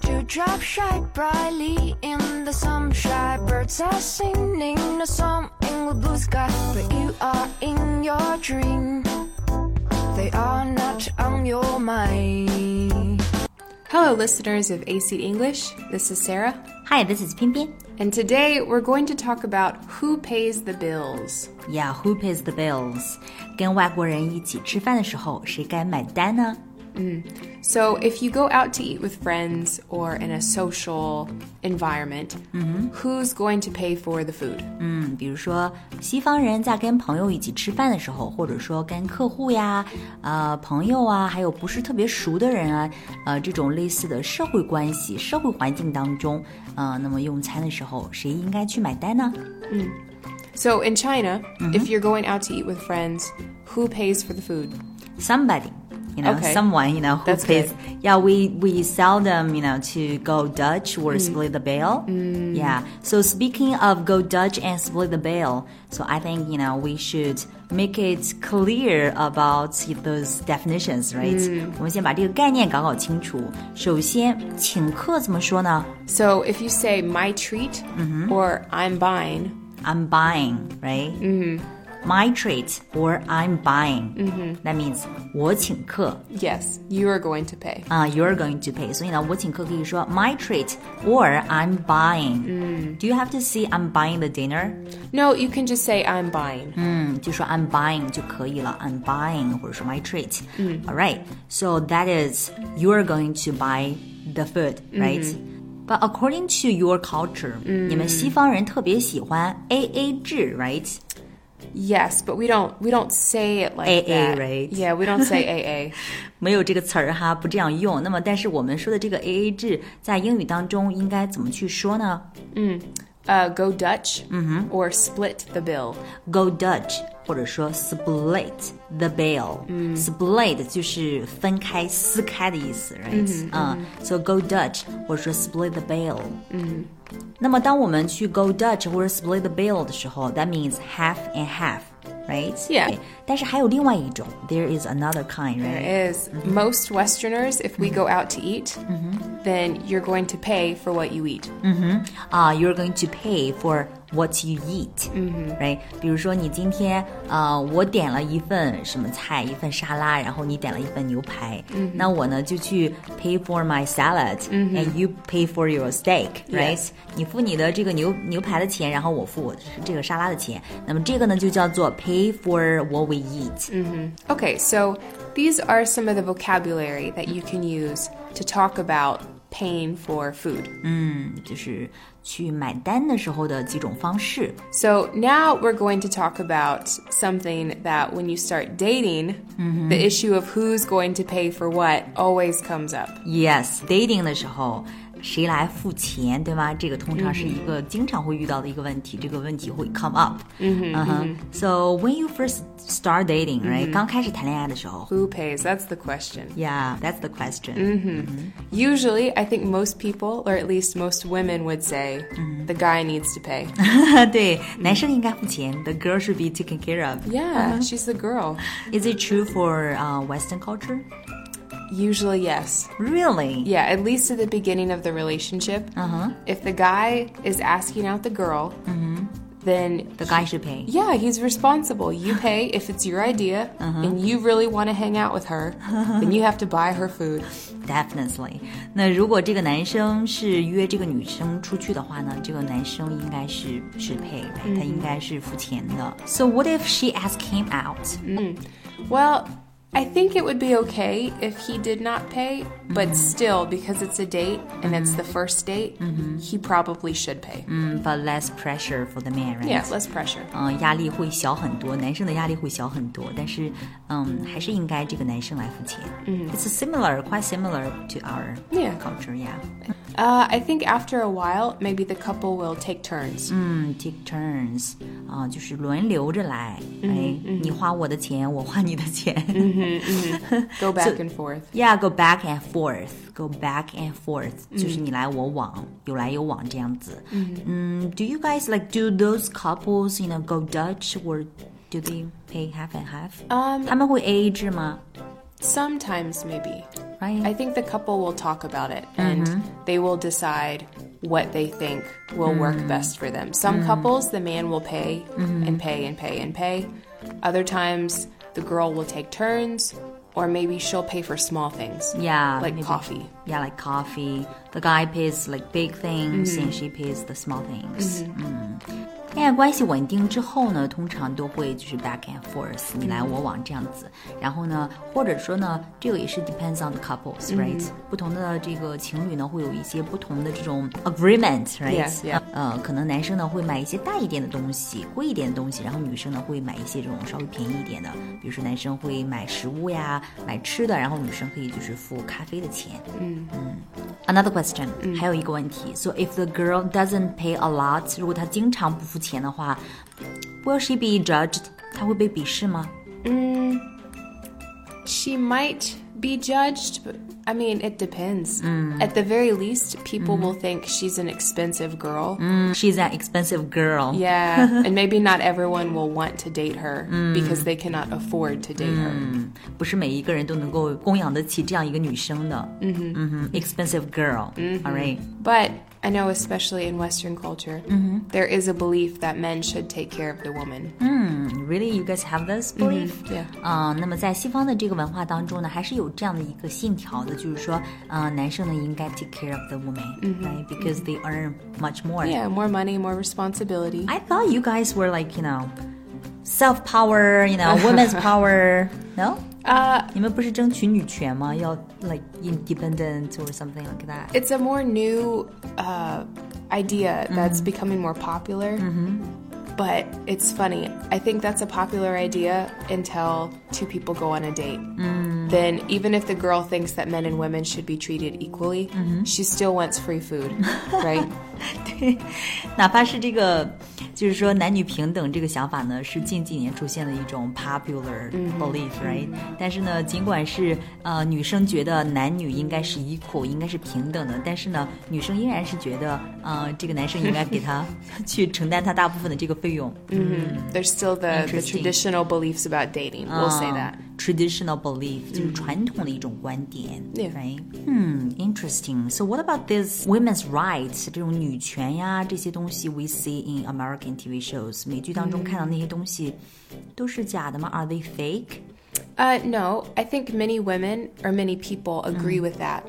Dewdrop shine brightly in the sunshine. Birds are singing a song in the blue sky. But you are in your dream. They are not on your mind. Hello, listeners of AC English. This is Sarah, Hi, this is 偏偏。 and today we're going to talk about who pays the bills. Yeah, who pays the bills？跟外国人一起吃饭的时候，谁该买单呢？ So, if you go out to eat with friends or in a social environment, who's going to pay for the food? 嗯，比如说西方人在跟朋友一起吃饭的时候，或者说跟客户呀、呃朋友啊，还有不是特别熟的人啊，呃这种类似的社会关系、社会环境当中，呃，那么用餐的时候，谁应该去买单呢？ So, in China, if you're going out to eat with friends, who pays for the food? somebody. You know, Okay. someone, you know, who That's pays. good. Yeah, we, we seldom, you know, to go Dutch or Mm. split the bill. Yeah. So speaking of go Dutch and split the bill, so I think, you know, we should make it clear about those definitions, right? Mm. 我们先把这个概念搞搞清楚。首先，请客怎么说呢？I'm So, if you say my treat or I'm buying, buying, right? Mm-hmm. My treat or I'm buying. That means 我请客。 yes, you are going to pay. 啊、y o u r e going to pay。所以呢，我请客可以说 my treat or I'm buying。嗯，Do you have to say I'm buying the dinner？ No, you can just say I'm buying. 嗯，就说 I'm buying 就可以了，I'm buying 或者说 my treat。嗯，All right，so that is you are going to buy the food，right？、But according to your culture，、你们西方人特别喜欢 AA 制，right？ Yes, but we don't we don't say it like AA that. rate. Yeah, we don't say AA. 没有这个词儿哈，不这样用。那么，但是我们说的这个 AA 制在英语当中应该怎么去说呢？ Uh, go Dutch or split the bill. go Dutch，或者说 split the bill。嗯，split 就是分开、撕开的意思，right？啊、s o go Dutch 或者说 split the bill。嗯，那么当我们去 go Dutch 或者 split the bill 的时候，that means half and half。Right? Yeah. 对但是还有另外一种，there is another kind, right? There is- most Westerners, if we go out to eat, then you're going to pay for what you eat. 啊、y o u r e going to pay for what you eat，right？比如说你今天呃，我点了一份什么菜，一份沙拉，然后你点了一份牛排，那我呢就去 pay for my salad，and you pay for your steak，right？、你付你的这个牛牛排的钱，然后我付我这个沙拉的钱，那么这个呢就叫做 pay for what we eat， Okay, so these are some of the vocabulary that you can use to talk about paying for food. 就是去买单的时候的几种方式。 So now we're going to talk about something that when you start dating, the issue of who's going to pay for what always comes up. Yes, dating 的时候，谁来付钱，对吗？这个通常是一个经常会遇到的一个问题，这个问题会 come up。嗯哼。So when you first start dating, right？刚开始谈恋爱的时候 Who pays? That's the question. ，Yeah, that's the question. Usually, I think most people, or at least most women, would say the guy needs to pay. 对，男生应该付钱，the girl should be taken care of. Yeah, she's the girl. Is it true for uh, Western culture? Usually, yes. Really? Yeah, at least at the beginning of the relationship. If the guy is asking out the girl, then The guy should pay. yeah, he's responsible. You pay if it's your idea and you really want to hang out with her, then you have to buy her food. Definitely. 那如果这个男生是约这个女生出去的话呢，这个男生应该是是配，嗯他应该是付钱的。So what if she asked him out？、 Well, I think it would be okay if he did not pay, but still, because it's a date and it's the first date, he probably should pay. 嗯 But less pressure for the man, right? Yeah, less pressure. 嗯、压力会小很多，男生的压力会小很多，但是，嗯，还是应该这个男生来付钱。嗯，It's similar, quite similar to our Yeah. culture, yeah. Uh, I think after a while, maybe the couple will take turns. 嗯，take turns 啊、就是轮流着来，嗯哎，你花我的钱，我花你的钱。 Go back and forth. Yeah, go back and forth. Go back and forth. 就是你来我往，有来有往这样子。嗯 do you guys like do those couples you know go Dutch or do they pay half and half？ Um, 他们会 AA 制吗？ Sometimes maybe. right? I think the couple will talk about it and Mm-hmm. they will decide what they think will Mm. work best for them. Some couples, the man will pay Mm-hmm. and pay and pay and pay. Other times, the girl will take turns, or maybe she'll pay for small things. yeah, Like maybe- coffee. Yeah, like coffee. The guy pays like big things, Mm-hmm. and she pays the small things. 嗯恋爱关系稳定之后呢，通常都会就是 back and forth，你来我往这样子。然后呢，或者说呢，这个也是 depends on the couples，right？、不同的这个情侣呢，会有一些不同的这种 agreement，right？、 Yes, yeah. 呃，可能男生呢会买一些大一点的东西，贵一点的东西，然后女生呢会买一些这种稍微便宜一点的，比如说男生会买食物呀，买吃的，然后女生可以就是付咖啡的钱。Another question，、还有一个问题，So if the girl doesn't pay a lot，如果她经常不付钱的话，will she be judged？她会被鄙视吗？ She might be judged, but I mean, it depends. Mm. At the very least, people Mm-hmm. will think she's an expensive girl. 嗯，She's an expensive girl。 Yeah, and maybe not everyone will want to date her Mm. because they cannot afford to date her. 不是每一个人都能够供养得起这样一个女生的。嗯哼，嗯哼，expensive girl。嗯，All right。 But I know, especially in Western culture, Mm-hmm. there is a belief that men should take care of the woman. Really, you guys have this belief? yeah. 嗯、那么在西方的这个文化当中呢，还是有这样的一个信条的，就是说，呃，男生呢应该 take care of the woman，、right? Because they earn much more. Yeah, more money, more responsibility. I thought you guys were like, you know, self power, you know, women's power. No? 呃你们不是争取女权吗？要 like independent or something like that. It's a more new uh, idea that's Mm-hmm. becoming more popular. But it's funny. I think that's a popular idea until two people go on a date. Mm. Then, even if the girl thinks that men and women should be treated equally, Mm-hmm. she still wants free food, right? 哪怕是这个，就是说男女平等这个想法呢，是近几年出现的一种 popular belief，right？、但是呢，尽管是呃女生觉得男女应该是 equal，应该是平等的，但是呢，女生依然是觉得，呃，这个男生应该给他 去承担他大部分的这个费用。 There's still the, the Interesting. Ah. traditional beliefs about dating. We'll say that. Um, Mm-hmm. traditional belief 就是传统的一种观点 Yeah. right? 嗯，interesting. So what about this women's rights 这种女权呀这些东西？We see in American TV shows 美剧当中看到那些东西都是假的吗？Are they fake？ Uh, no, I think many women or many people agree with that.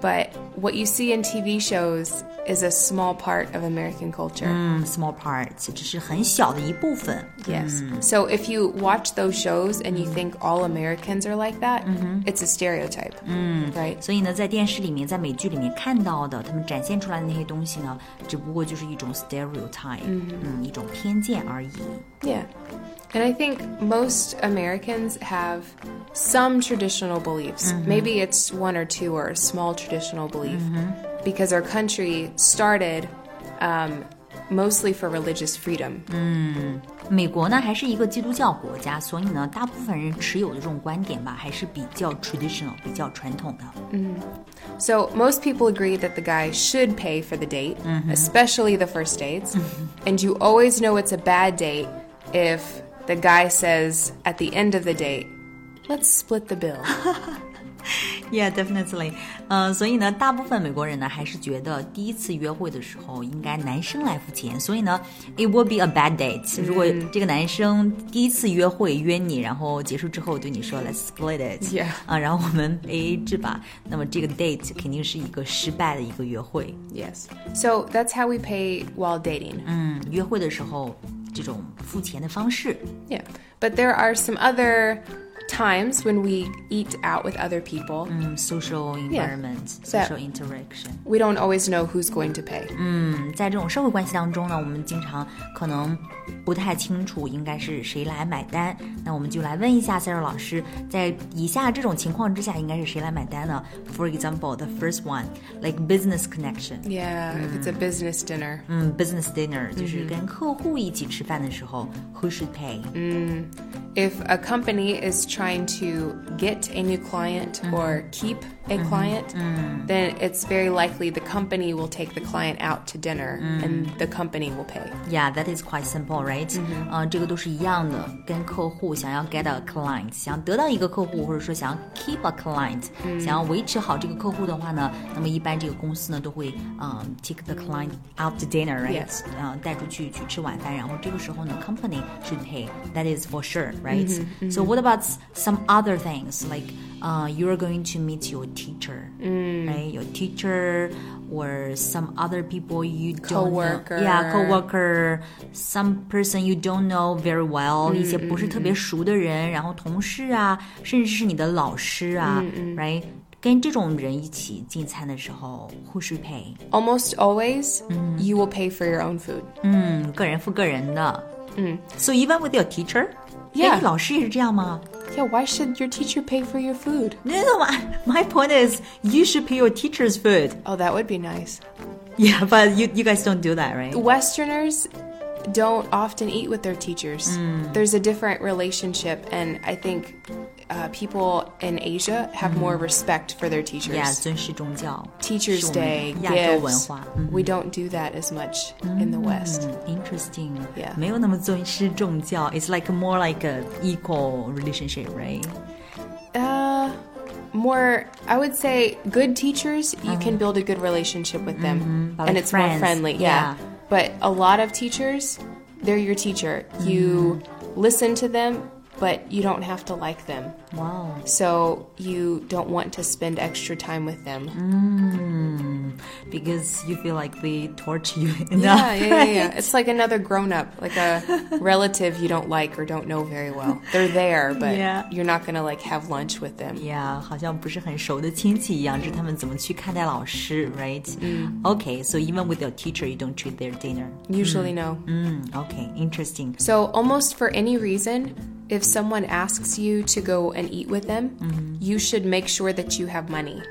But what you see in TV shows is a small part of American culture. 嗯，small Mm, parts 只是很小的一部分。 Yes. So if you watch those shows and you think all Americans are like that, it's a stereotype. Right? 所以呢，在电视里面，在美剧里面看到的，他们展现出来的那些东西呢，只不过就是一种 stereotype，嗯，Mm-hmm。一种偏见而已。 Yeah. And I think most Americans have some traditional beliefs. Maybe it's one or two or a small traditional belief because our country started um, mostly for religious freedom. 美国呢还是一个基督教国家，所以呢，大部分人持有的这种观点吧，还是比较 traditional，比较传统的。 So most people agree that the guy should pay for the date, especially the first dates. And you always know it's a bad date if the guy says at the end of the date, "Let's split the bill." Yeah, definitely。呃，所以呢，大部分美国人呢还是觉得第一次约会的时候应该男生来付钱，所以呢，it would be a bad date。如果这个男生第一次约会约你，然后结束之后对你说 Let's split it， Yeah 啊，然后我们 A A 制吧，那么这个 date 肯定是一个失败的一个约会。 yes. So that's how we pay while dating. 嗯，约会的时候这种付钱的方式。 Yeah. But there are some other times when we eat out with other people. Mm. social environment, That- social interaction。嗯 We don't always know who's going to pay. 在这种社会关系当中呢，我们经常可能不太清楚应该是谁来买单。那我们就来问一下 Sarah 老师，在以下这种情况之下，应该是谁来买单呢？For example, the first one, like business connection. Yeah, if it's a business dinner. 嗯，business dinner 就是跟客户一起吃饭的时候、w h o should pay？嗯 If a company is trying to get a new client or keep a client, then it's very likely the company will take the client out to dinner and the company will pay. Yeah, that is quite simple, right？嗯、这个都是一样的，跟客户想要 get a client，想得到一个客户，或者说想要 keep a client，、想要维持好这个客户的话呢，那么一般这个公司呢都会嗯、take the client out to dinner，right？ Yes. 嗯、带出去去吃晚饭，然后这个时候呢，company should pay，that is for sure，right？、So what about some other things like？Uh, you're going to meet your teacher, right? Your teacher or some other people you don't know. Coworker. Yeah, coworker. worker, some person you don't know very Mm, well，、一些不是特别熟的人，然后同事啊，甚至是你的老师啊、r Mm. i g h t 跟这种人一起进餐的时候，who should pay？ Almost always, you will pay for your own food. 嗯，个人付个人的。嗯，So even with your teacher，Mm. Yeah 跟你老师也是这样吗 Yeah, why should your teacher pay for your food? ？No, no, my my point is you should pay your teacher's food. Oh, that would be nice. Yeah, but you you guys don't do that, right? Westerners don't often eat with their teachers. There's a different relationship, and I think uh, people in Asia have more respect for their teachers. 呀，尊师重教 Teachers 是我们 Day, 亚洲 gifts. 文化。Mm-hmm. We don't do that as much in the West. Interesting. Yeah. 没有那么尊师重教。It's like more like a equal relationship, right? Uh, more, I would say, good teachers, you can build a good relationship with them, Uh-huh. Mm-hmm. but and like it's more friends, friendly. yeah. But a lot of teachers, they're your teacher. You Mm-hmm. listen to them, but you don't have to like them. Wow. so you don't want to spend extra time with them. Because you feel like they torture you enough. Yeah, yeah, yeah, yeah. It's like another grown up, like a relative you don't like or don't know very well. They're there, but Yeah. you're not gonna like have lunch with them. Yeah，好像不是很熟的亲戚一样，是他们怎么去看待老师，right？嗯，Okay, Mm. so even with your teacher, you don't treat their dinner. Mm. Usually, no. 嗯，Okay, interesting. So almost for any reason, if someone asks you to go and eat with them, Mm-hmm. you should make sure that you have money.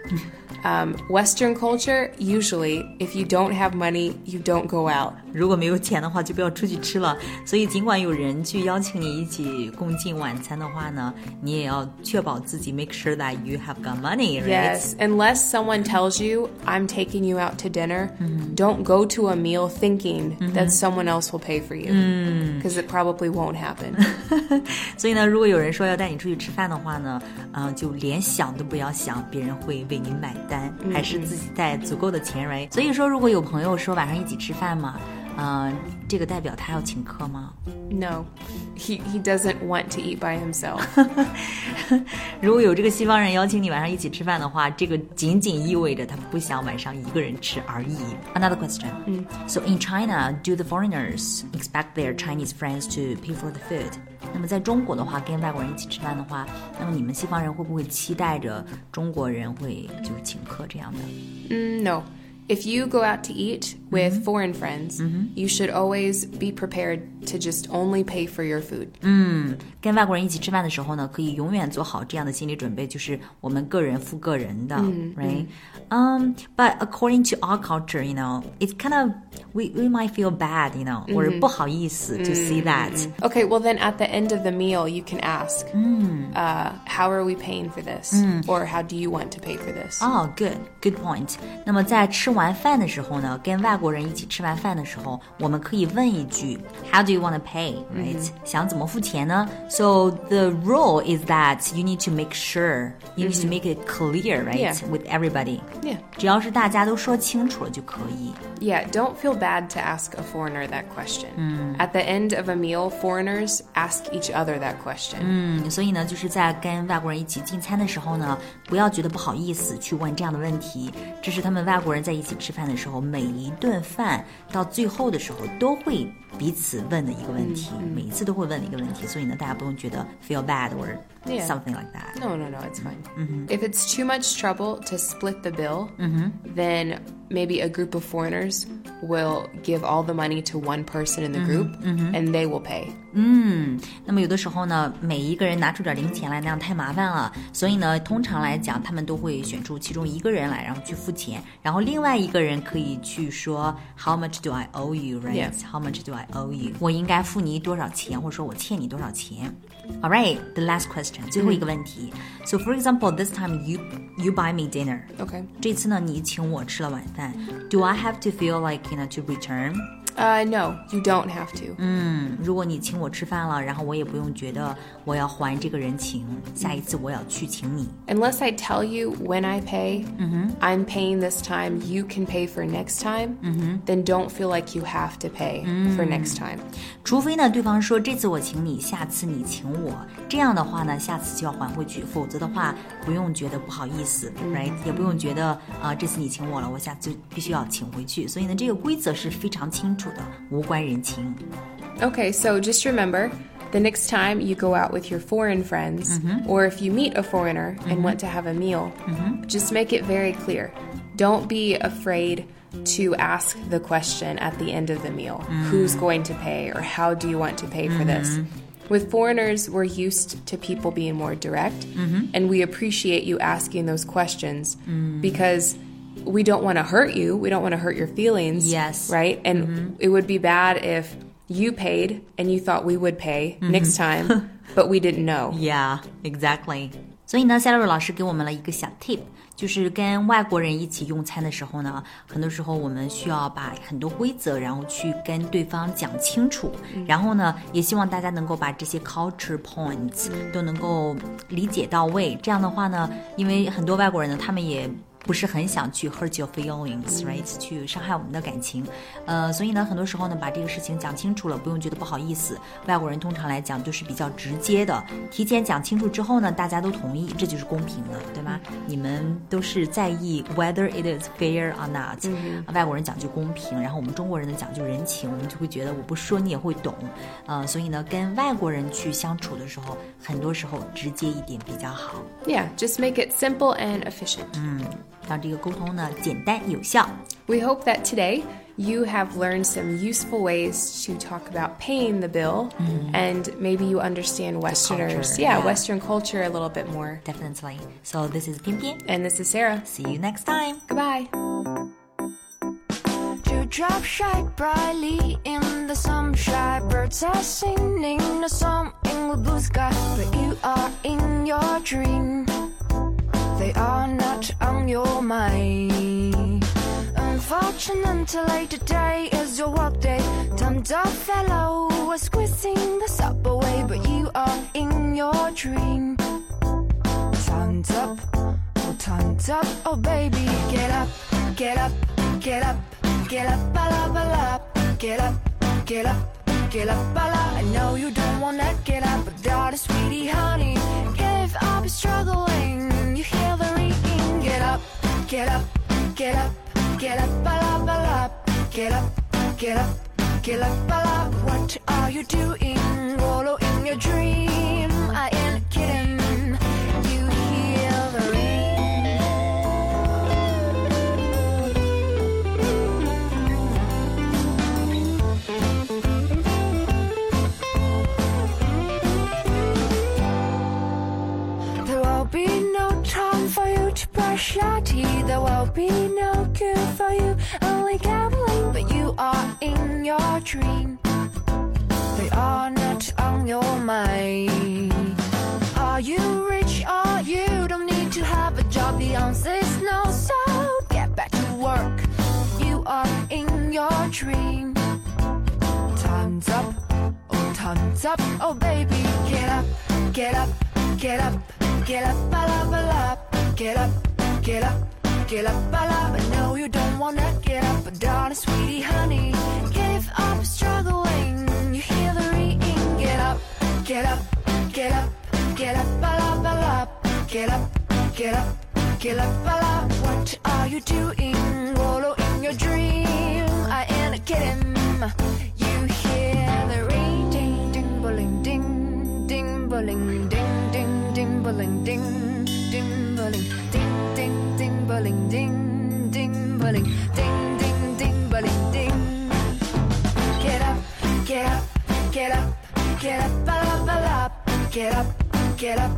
Um, Western culture, usually, if you don't have money, you don't go out. 如果没有钱的话，就不要出去吃了。所以，尽管有人去邀请你一起共进晚餐的话呢，你也要确保自己 make sure that you have got money, right? Yes, unless someone tells you, I'm taking you out to dinner, don't go to a meal thinking that someone else will pay for you. Because it probably won't happen. 所以呢，如果有人说要带你出去吃饭的话呢，嗯、就连想都不要想，别人会为你买单，还是自己带足够的钱来。所以说，如果有朋友说晚上一起吃饭嘛，嗯、这个代表他要请客吗？ no, he, he doesn't want to eat by himself. 如果有这个西方人邀请你晚上一起吃饭的话，这个仅仅意味着他不想晚上一个人吃而已。Another question. So in China, do the foreigners expect their Chinese friends to pay for the food? 那么在中国的话，跟外国人一起吃饭的话，那么你们西方人会不会期待着中国人会就是请客这样的？ Mm, no. If you go out to eat with foreign friends, you should always be prepared to just only pay for your food. 跟外国人一起吃饭的时候呢，可以永远做好这样的心理准备，就是我们个人付个人的、r i g h t Um, but according to our culture, you know, it's kind of we we might feel bad, you know, or 不好意思 to see that. Okay, well, then at the end of the meal, you can ask, uh, How are we paying for this? Or how do you want to pay for this? 哦、g o o d Oh, good point。那么在吃完饭的时候呢，跟外国人一起吃完饭的时候，我们可以问一句 How do you want to pay? Right？、想怎么付钱呢？So the rule is that you need to make sure you need to make it clear, right? Yeah. With everybody. Yeah. 只要是大家都说清楚了就可以。 Yeah, don't feel bad to ask a foreigner that question. At the end of a meal, foreigners ask each other that question. 嗯，所以呢，就是在跟外国人一起进餐的时候呢，不要觉得不好意思去问这样的问题。这是他们外国人在一起吃饭的时候，每一顿饭到最后的时候都会彼此问的一个问题，每一次都会问的一个问题。所以呢，大家不用觉得 feel bad or Yeah. something like that。 No, no, no, it's fine. If it's too much trouble to split the bill, then maybe a group of foreigners will give all the money to one person in the group and they will pay. 那么有的时候呢，每一个人拿出点零钱来，那样太麻烦了。所以呢，通常来讲，他们都会选出其中一个人来，然后去付钱，然后另外一个人可以去说 How much do I owe you, right? Yeah. How much do I owe you? 我应该付你多少钱，或者说我欠你多少钱。 All right, the last question，最后一个问题。So for example, this time you you buy me dinner. Okay. 这次呢，你请我吃了晚饭。Do I have to feel like you know to return？ Uh, no, you don't have to. 如果你请我吃饭了，然后我也不用觉得我要还这个人情，下一次我要去请你。 Unless I tell you when I pay, I'm paying this time, you can pay for next time, then don't feel like you have to pay for next time. 除非呢，对方说这次我请你，下次你请我，这样的话呢，下次就要还回去，否则的话不用觉得不好意思、r i g h t 也不用觉得啊、呃这次你请我了，我下次就必须要请回去。所以呢，这个规则是非常清楚的，无关人情。 Okay, so just remember the next time you go out with your foreign friends, or if you meet a foreigner and want to have a meal, just make it very clear. Don't be afraid to ask the question at the end of the meal who's going to pay, or how do you want to pay for this? With foreigners, we're used to people being more direct, and we appreciate you asking those questions because we don't want to hurt you. We don't want to hurt your feelings. Yes. Right? right? And Mm-hmm. it would be bad if you paid and you thought we would pay next time, but we didn't know. Mm-hmm. Yeah, exactly. 所以呢，Sally 老师给我们了一个小 tip，就是跟外国人一起用餐的时候呢，很多时候我们需要把很多规则，然后去跟对方讲清楚。然后呢，也希望大家能够把这些 culture points 都能够理解到位。这样的话呢，因为很多外国人呢，他们也不是很想去 hurt your feelings，right？去伤害我们的感情，呃，所以呢，很多时候呢，把这个事情讲清楚了，不用觉得不好意思。外国人通常来讲就是比较直接的，提前讲清楚之后呢，大家都同意，这就是公平的，对吗？你们都是在意 whether it is fair or not，、外国人讲究公平，然后我们中国人呢讲究人情，我们就会觉得我不说你也会懂，呃，所以呢，跟外国人去相处的时候，很多时候直接一点比较好。 Yeah, just make it simple and efficient. 让这个沟通呢简单有效。 We hope that today you have learned some useful ways to talk about paying the bill and maybe you understand Westerners. Mm-hmm. culture, yeah, yeah. Western culture a little bit more. Definitely. So this is 偏偏。 And this is Sarah. See you next time. Goodbye. Dewdrop shine brightly in the sunshine. Birds are singing a song in the blue sky. But you are in your dream. They are not on your mind. Unfortunately, today is your work day. Time's up, fellow. We're squeezing the subway, but you are in your dream. Time's up, oh, time's up, oh, baby. Get up, get up, get up, get up, bala, bala. Get up, get up, get up, bala. I know you don't wanna get up, but darling, sweetie, honey. Give up your struggling, you hear the ringing. Get up, get up, get up, get up, bala, bala. Get up, get up, get up, bala. What are you doing? Rollo in your dream. I ain't kidding. You hear the ring. There will be no time for you to brush your teeth. There will be no cure for you, only gambling. But you are in your dream. They are not on your mind. Are you rich or you don't need to have a job? The answer's no, so get back to work. You are in your dream. Time's up, oh time's up, oh baby, get up, get up, get up, get up, bala bala, get up, get up, get up, bala. I know you don't wanna get up, but darling, sweetie, honey, give up struggling. You hear the ringing, get up, get up, get up, get up, bala bala, get up, get up, get up, bala. What are you doing? Rollo in your dream, I ain't kidding. You hear the ring, ding ding, bowling, ding, ding, bowling, ding, ding, ding, bowling, ding, ding, bowling, ding, ding, ding, bowling, ding, ding, bowling, ding, ding, ding, bowling, ding. Get up, get up, get up, get up, bala, bala. Get up, get up,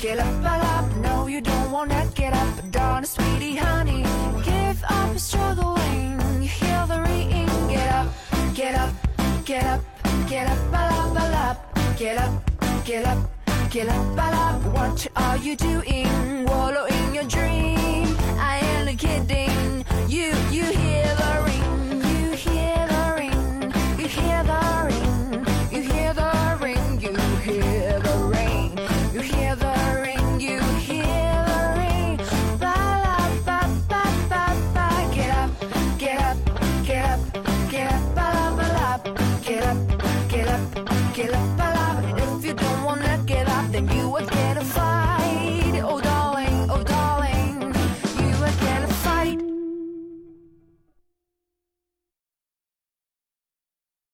get up, bala. No, you don't wanna get up, but darling, sweetie, honey. Give up your struggling, you hear the ringing. Get up, get up, get up, get up, bala, bala. Get up, get up, Killer, ballad, what are you doing? Wallow in your dream. I ain't kidding. You, you hear the ring. You hear the ring. You hear the ring. You hear the ring. You hear the ring. You hear the ring. You hear the ring. Ballad, ba, ba, ba, ba. Get up, get up, get up, get up. Ballad, ballad. Get up, get up, get up. Ballad, Oh,